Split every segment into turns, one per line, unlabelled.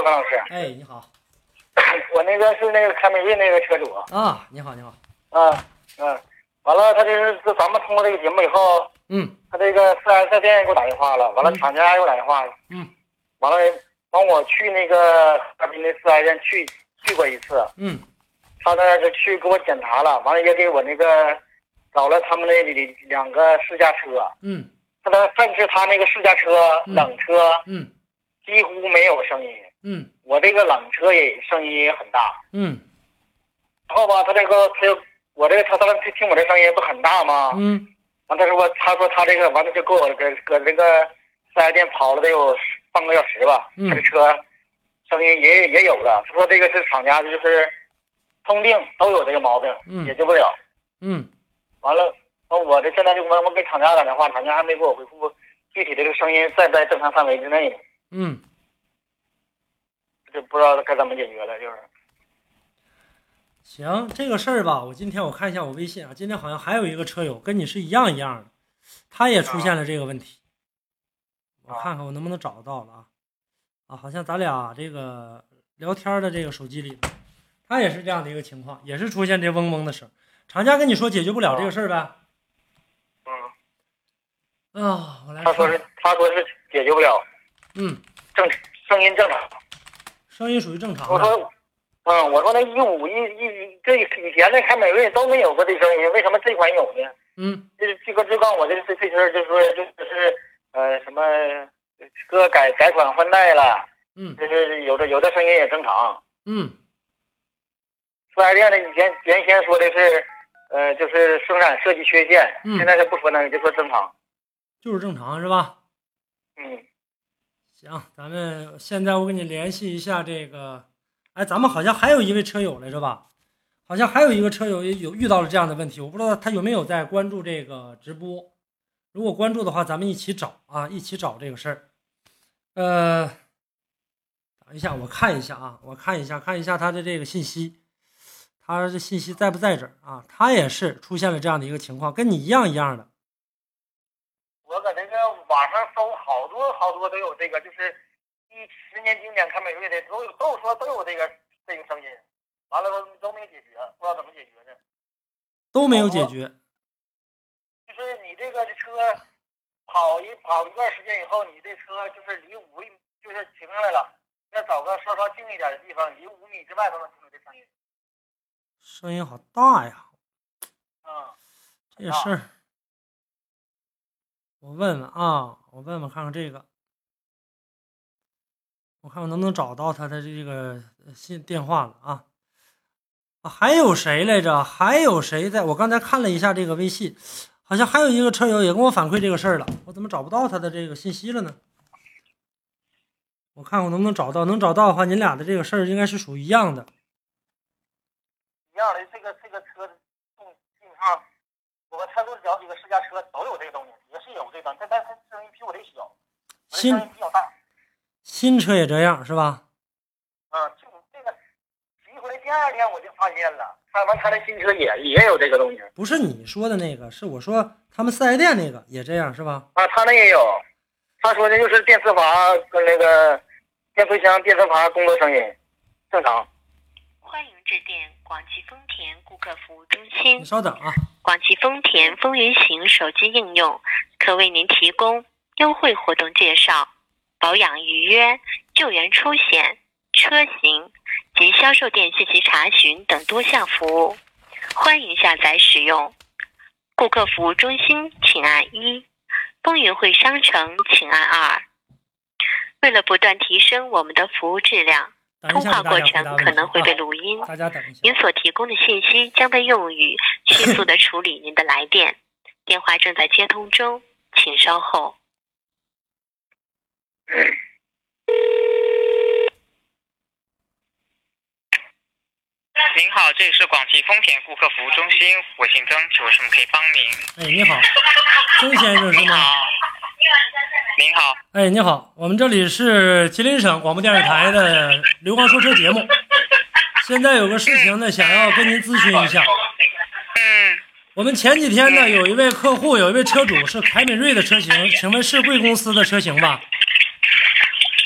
王老师，
哎，你好
我那个是那个凯美瑞那个车主，
啊，你好，你好，
嗯嗯，完了，他这是自咱们通过这个节目以后，
嗯
他这个四 S 店给我打电话了，完了
嗯
厂家给我打电话了，
嗯
完了帮我去那个哈尔滨那四 S 店去去过一次，
嗯
他那就去给我检查了，完了也给我那个找了他们那里两个试驾车，
嗯
他的但是他那个试驾车
嗯
冷车
嗯
几乎没有声音，
嗯
我这个冷车也声音也很大。
嗯
然后吧，他这个他就我这个他他他听我这声音不很大吗？
嗯
完他说我他说他这个完了就给我搁搁那个四 S 店跑了得有十半个小时吧，
嗯
这个车声音也也有了。他说这个是厂家就是通病都有这个毛病，
嗯
解决不了。
嗯
完了，完我这现在就完我给厂家打电话，厂家还没给我回复具体这个声音在不在正常范围之内呢，
嗯，
就不知道该怎么解决了，就是
行，这个事儿吧，我今天我看一下我微信啊，今天好像还有一个车友跟你是一样一样的，他也出现了这个问题，我
啊
看看我能不能找到了啊，啊，好像咱俩这个聊天的这个手机里，他也是这样的一个情况，也是出现这嗡嗡的声儿，厂家跟你说解决不了这个事儿呗，
嗯，
啊，我来
他说
看
是，他说是解决不了，
嗯，
正声音正常。
声音属于正
嗯
常
我
的，
说，嗯，我说那一五一一这以前的凯美瑞都没有过这声音，为什么这款有呢？
嗯
这这个就告我这这这事儿，就说就是呃什么车改改款换代了，
嗯
就是有的有的声音也正常。
嗯
四 S 店的以前原先说的是，呃，就是生产设计缺陷，
嗯
现在他不说那个，就说正常。
就是正常是吧？
嗯
行，咱们现在我给你联系一下这个，哎，咱们好像还有一位车友来着吧？好像还有一个车友也有遇到了这样的问题，我不知道他有没有在关注这个直播。如果关注的话，咱们一起找啊，一起找这个事儿。呃，等一下，我看一下啊，我看一下，看一下他的这个信息，他这信息在不在这儿啊？他也是出现了这样的一个情况，跟你一样一样的。
我搁那个网上搜好多好多都有这个，就是一十年经典凯美瑞的都有都说都有这个这个声音，完了都都没解决，不知道怎么解决的。
都没有解决。
就是你这个车跑一跑一段时间以后，你这车就是离五米就是停下来了，要找个稍稍静一点的地方，离五米之外都能听出这声音。
声音好大呀！
嗯，
这事儿，我问问啊，我问问看看这个，我看我能不能找到他的这个呃信电话了啊。啊，还有谁来着？还有谁在？我刚才看了一下这个微信，好像还有一个车友也跟我反馈这个事儿了，我怎么找不到他的这个信息了呢？我看我能不能找到，能找到的话，您俩的这个事儿应该是属于一样的。
一样的，这个这个车动基本上，我和车主聊几个试驾车都有这个东西，也是有这个，但但是声音比我这小，我这
新
声音比较大。
新车也这样是吧？
嗯，就这个提回来第二天我就发现了，看完他的新车也也有这个东西
不是你说的那个，是我说他们四 S 店那个也这样是吧？
啊，他那也有，他说的就是电磁阀跟那个变速箱电磁阀工作声音正常。
欢迎致电广汽丰田顾客服务中
你
心。
稍等啊，
广汽丰田风云行手机应用可为您提供优惠活动介绍、保养预约、救援出险、车型及销售店信息查询等多项服务，欢迎下载使用。顾客服务中心请按一，风云会商城请按二。为了不断提升我们的服务质量，
等一
通
下
话
给大
过
家回答
程
问题
可能会被
啊
录音。
大家等一下
您，所提供的信息将被用于迅速的处理您的来电，电话正在接通中，请稍后。
您好，这里是广汽丰田顾客服务中心，我姓曾，有什么可以帮您？
哎，你好，曾先生是
您
吗？
好，您好，
哎，你好，我们这里是吉林省广播电视台的《流光说车》节目，现在有个事情呢，想要跟您咨询一下。
嗯，
我们前几天呢，有一位客户，有一位车主是凯美瑞的车型，请问是贵公司的车型吧？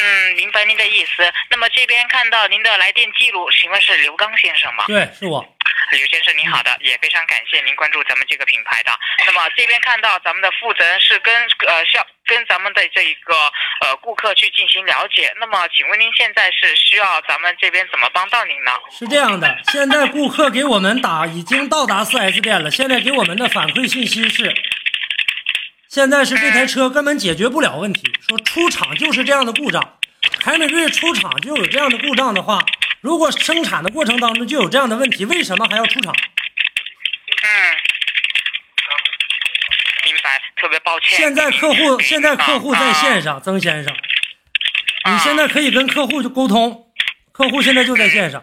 嗯，明白您的意思。那么这边看到您的来电记录，请问是刘刚先生吗？
对，是我。
刘先生您好的，也非常感谢您关注咱们这个品牌的。那么这边看到咱们的负责人是跟呃销跟咱们的这一个呃顾客去进行了解。那么请问您现在是需要咱们这边怎么帮到您呢？
是这样的，现在顾客给我们打已经到达 4S 店了，现在给我们的反馈信息是，现在是这台车根本解决不了问题，说出厂就是这样的故障，凯美瑞出厂就有这样的故障的话，如果生产的过程当中就有这样的问题，为什么还要出厂？
嗯，明白，特别抱歉。
现在客户现在客户在线上，曾先生，
啊，
你现在可以跟客户就沟通，客户现在就在线上，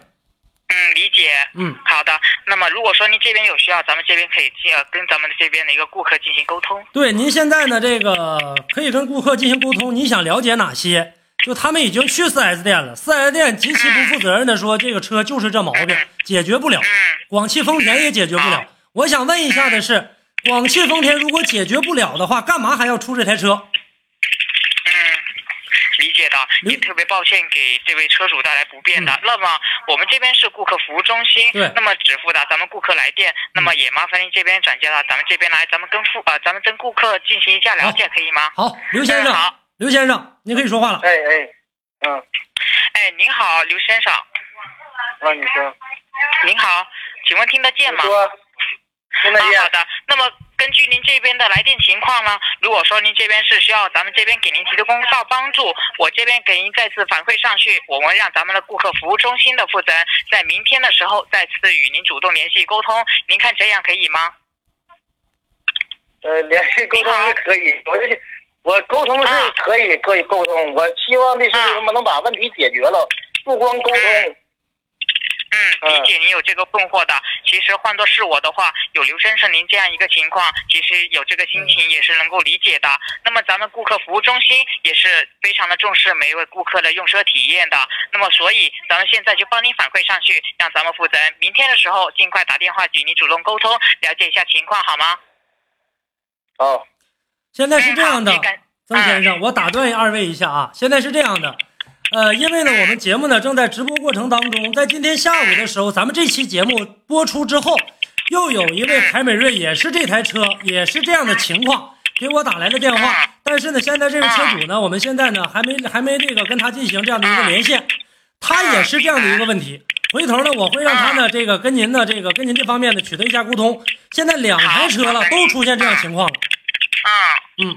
嗯理解。
嗯，
好的，那么如果说您这边有需要，咱们这边可以进呃跟咱们这边的一个顾客进行沟通。
对，您现在呢，这个可以跟顾客进行沟通，你想了解哪些？就他们已经去 4S 店了，4S 店极其不负责任的说这个车就是这毛病，解决不了，广汽丰田也解决不了。我想问一下的是，广汽丰田如果解决不了的话，干嘛还要出这台车？
嗯，理解的，
理
也特别抱歉给这位车主带来不便的。那么我们这边是顾客服务中心，
嗯对嗯
那么只付达咱们顾客来电，那么也麻烦您这边转接到咱们这边来，咱们跟顾呃咱们跟顾客进行一下了解，可以吗？
好，刘先生
嗯好，
刘先生，您可以说话了。
哎哎，嗯，
哎，您好，刘先生，
那你说，
您好，请问听得见
你
吗？
说，听得
啊，好
见？
的。那么根据您这边的来电情况呢，如果说您这边是需要咱们这边给您提供到帮助，我这边给您再次反馈上去，我们让咱们的顾客服务中心的负责人在明天的时候再次与您主动联系沟通，您看这样可以吗？
呃，联系沟通是可以，我这我沟通
啊
是可以可以沟通，我希望的是什么能把问题解决了，不光沟通，
嗯，
嗯
理解您有这个困惑的。其实换做是我的话，有刘先生您这样一个情况，其实有这个心
嗯
情也是能够理解的。那么咱们顾客服务中心也是非常的重视每一位顾客的用车体验的。那么所以咱们现在就帮您反馈上去，让咱们负责人明天的时候尽快打电话与您主动沟通，了解一下情况好吗？嗯
哦，
现在是这样的
嗯好也感，
曾先生，我打断二位一下啊。现在是这样的，呃，因为呢，我们节目呢正在直播过程当中，在今天下午的时候，咱们这期节目播出之后，又有一位凯美瑞，也是这台车，也是这样的情况，给我打来的电话。但是呢，现在这位车主呢，我们现在呢还没还没这个跟他进行这样的一个连线，他也是这样的一个问题。回头呢，我会让他呢这个跟您呢这个跟您这方面呢取得一下沟通。现在两台车了，都出现这样情况了，
嗯。
嗯。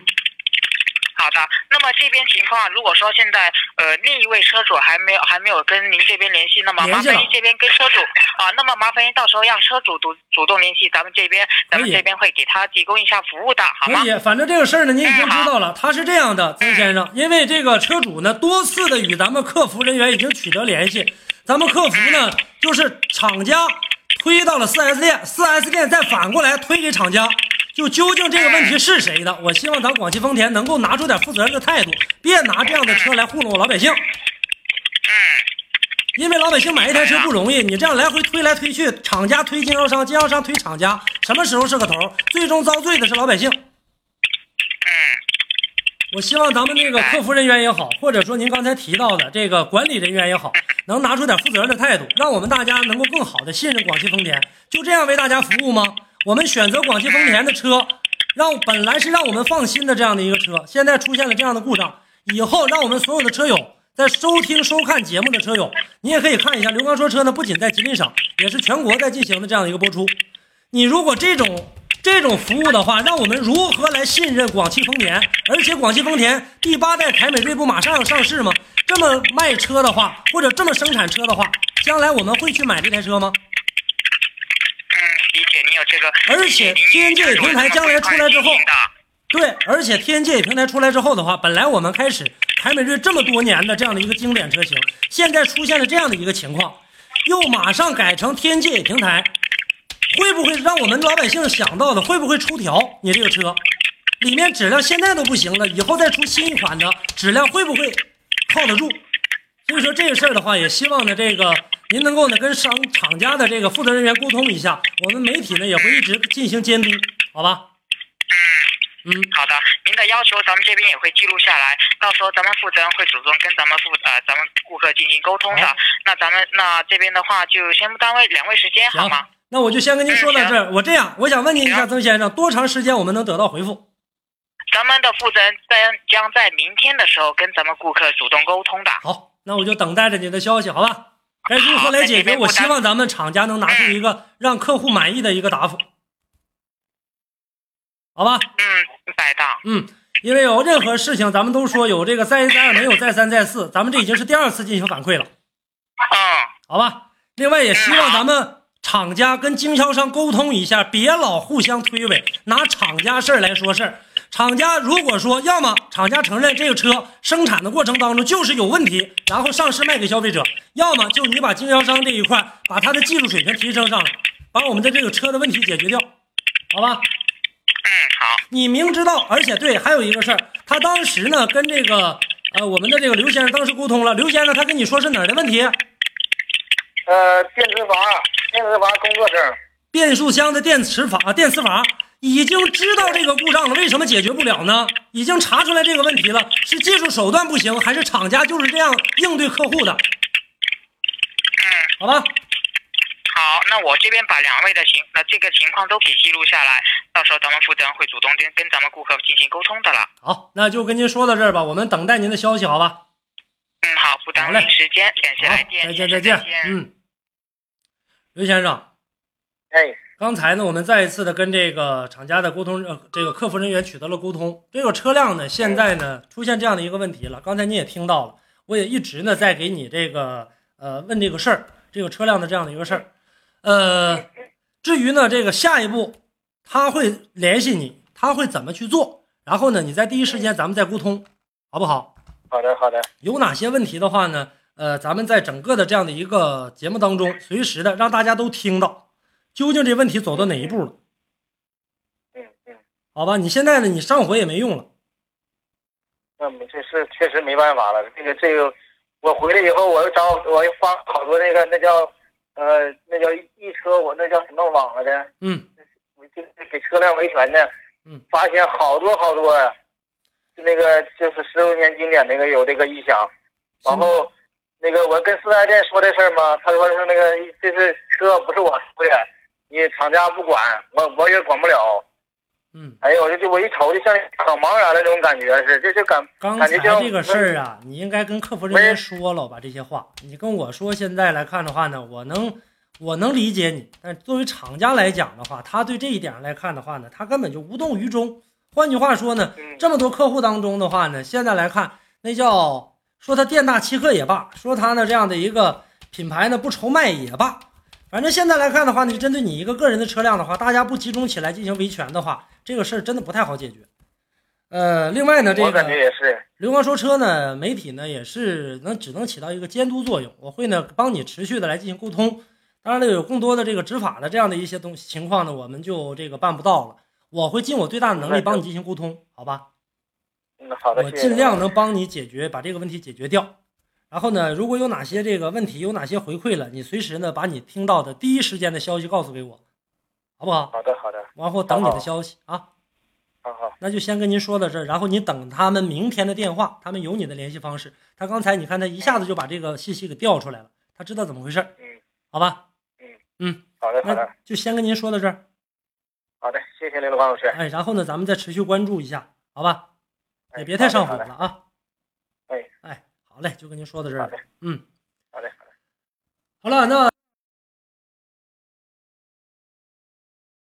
好的，那么这边情况，如果说现在呃另一位车主还没有还没有跟您这边联系，那么麻
联系了
烦您这边跟车主啊，那么麻烦您到时候让车主主主动联系咱们这边，咱们
可以
这边会给他提供一下服务的，好吗
可？以，反正这个事儿呢，您已经知道了。他是这样的，曾先生，因为这个车主呢，多次的与咱们客服人员已经取得联系，咱们客服呢，就是厂家推到了 4S 店，4S 店再反过来推给厂家，就究竟这个问题是谁的？我希望咱广汽丰田能够拿出点负责任的态度，别拿这样的车来糊弄我老百姓，
嗯，
因为老百姓买一台车不容易，你这样来回推来推去，厂家推经销商，经销商推厂家，什么时候是个头？最终遭罪的是老百姓。我希望咱们那个客服人员也好，或者说您刚才提到的这个管理人员也好，能拿出点负责任的态度，让我们大家能够更好的信任广汽丰田。就这样为大家服务吗？我们选择广汽丰田的车，让本来是让我们放心的这样的一个车，现在出现了这样的故障，以后让我们所有的车友在收听收看节目的车友，你也可以看一下刘刚说车呢，不仅在吉林省，也是全国在进行的这样的一个播出。你如果这种这种服务的话，让我们如何来信任广汽丰田？而且广汽丰田第八代凯美瑞不马上要上市吗？这么卖车的话，或者这么生产车的话，将来我们会去买这台车吗？
嗯，理解您有这个，
而且呃天界平台将来出来之后
的，
对，而且天界平台出来之后的话，本来我们开始凯美瑞这么多年的这样的一个经典车型，现在出现了这样的一个情况，又马上改成天界平台，会不会让我们老百姓想到的，会不会出条？你这个车里面质量现在都不行了，以后再出新一款的质量会不会靠得住？所以说这个事儿的话，也希望呢，这个您能够呢跟商厂家的这个负责人员沟通一下，我们媒体呢也会一直进行监督，好吧？嗯，
好的，您的要求咱们这边也会记录下来，到时候咱们负责人会主动跟咱们负呃咱们顾客进行沟通的。
好
那咱们那这边的话就先不单位两位时间好
行
吗？，嗯
那我就先跟您说到这儿。我这样，我想问您一下，
行
曾先生，多长时间我们能得到回复？
咱们的负责人在将在明天的时候跟咱们顾客主动沟通的。
好，那我就等待着您的消息，好吧？该如何来解决？我希望咱们厂家能拿
嗯
出一个让客户满意的一个答复，好吧？
嗯，明白的。
嗯，因为有任何事情，咱们都说有这个再一再二，没有再三再四，咱们这已经是第二次进行反馈了，
嗯，
好吧？另外也希望咱们厂家跟经销商沟通一下，别老互相推诿，拿厂家事儿来说事儿。厂家如果说，要么厂家承认这个车生产的过程当中就是有问题，然后上市卖给消费者；要么就你把经销商这一块，把他的技术水平提升上来，把我们的这个车的问题解决掉，好吧？
嗯，好，
你明知道，而且对，还有一个事儿，他当时呢跟这个呃我们的这个刘先生当时沟通了，刘先生他跟你说是哪儿的问题？
呃，电磁阀、电磁阀工作证，
变速箱的电磁阀、电磁阀已经知道这个故障了，为什么解决不了呢？已经查出来这个问题了，是技术手段不行，还是厂家就是这样应对客户的？
嗯。
好吧，
好，那我这边把两位的情那这个情况都给记录下来，到时候咱们负责人会主动跟跟咱们顾客进行沟通的了。
好，那就跟您说到这儿吧，我们等待您的消息，好吧？
嗯，好，不耽
好
误
嘞
您时间，感谢
好
来，
哎
电，
再
谢
见，
谢
再见。嗯，刘先生，
哎，
刚才呢，我们再一次的跟这个厂家的沟通，呃，这个客服人员取得了沟通。这个车辆呢，现在呢出现这样的一个问题了。刚才你也听到了，我也一直呢在给你这个呃问这个事儿，这个车辆的这样的一个事儿。呃，至于呢这个下一步他会联系你，他会怎么去做，然后呢你在第一时间咱们再沟通，好不好？
好的，好的，
有哪些问题的话呢？呃，咱们在整个的这样的一个节目当中，随时的让大家都听到，究竟这问题走到哪一步了，
嗯嗯，
好吧？你现在呢，你上回也没用了，
那没这是确实没办法了。这个这个，我回来以后，我又找我又发好多那个那叫呃那叫一车我那叫什么网了的，
嗯，
我就是给车辆维权的，
嗯，
发现好多好多呀，就那个就是十周年经典那个有这个异响，然后那个我跟四 S 店说这事儿嘛，他说是那个这是车不是我出的，你厂家不管，我我也管不了。
嗯，
哎呦，我就我一瞅就像很茫然的那种感觉似的，这就感
刚才
感觉像
这个事儿啊，你应该跟客服人员说了吧这些话。你跟我说现在来看的话呢，我能我能理解你，但作为厂家来讲的话，他对这一点来看的话呢，他根本就无动于衷。换句话说呢，
嗯
这么多客户当中的话呢，现在来看，那叫说他店大欺客也罢，说他呢这样的一个品牌呢不愁卖也罢，反正现在来看的话呢，针对你一个个人的车辆的话，大家不集中起来进行维权的话，这个事儿真的不太好解决。呃，另外呢，这个
我感觉也是，
流氓说车呢，媒体呢也是能只能起到一个监督作用，我会呢帮你持续的来进行沟通。当然了，有更多的这个执法的这样的一些东西情况呢，我们就这个办不到了。我会尽我最大的能力帮你进行沟通，好吧？
嗯，好的，
我
谢谢
尽量能帮你解决，把这个问题解决掉。然后呢，如果有哪些这个问题，有哪些回馈了，你随时呢把你听到的第一时间的消息告诉给我，好不好？
好的，好的，
然后等你的
好
消息啊。
好好，
那就先跟您说到这儿，然后你等他们明天的电话，他们有你的联系方式。他刚才你看他一下子就把这个信息给调出来了，他知道怎么回事儿
嗯，
好吧？
好的，好
那
的，
就先跟您说到这儿，
好的，谢谢刘老板老师，
哎，然后呢，咱们再持续关注一下，好吧？
哎
也别太上火
好的
了啊。
哎
哎，好嘞，就跟您说到这
好
儿
的，，
嗯，
好的，好的。
好了，那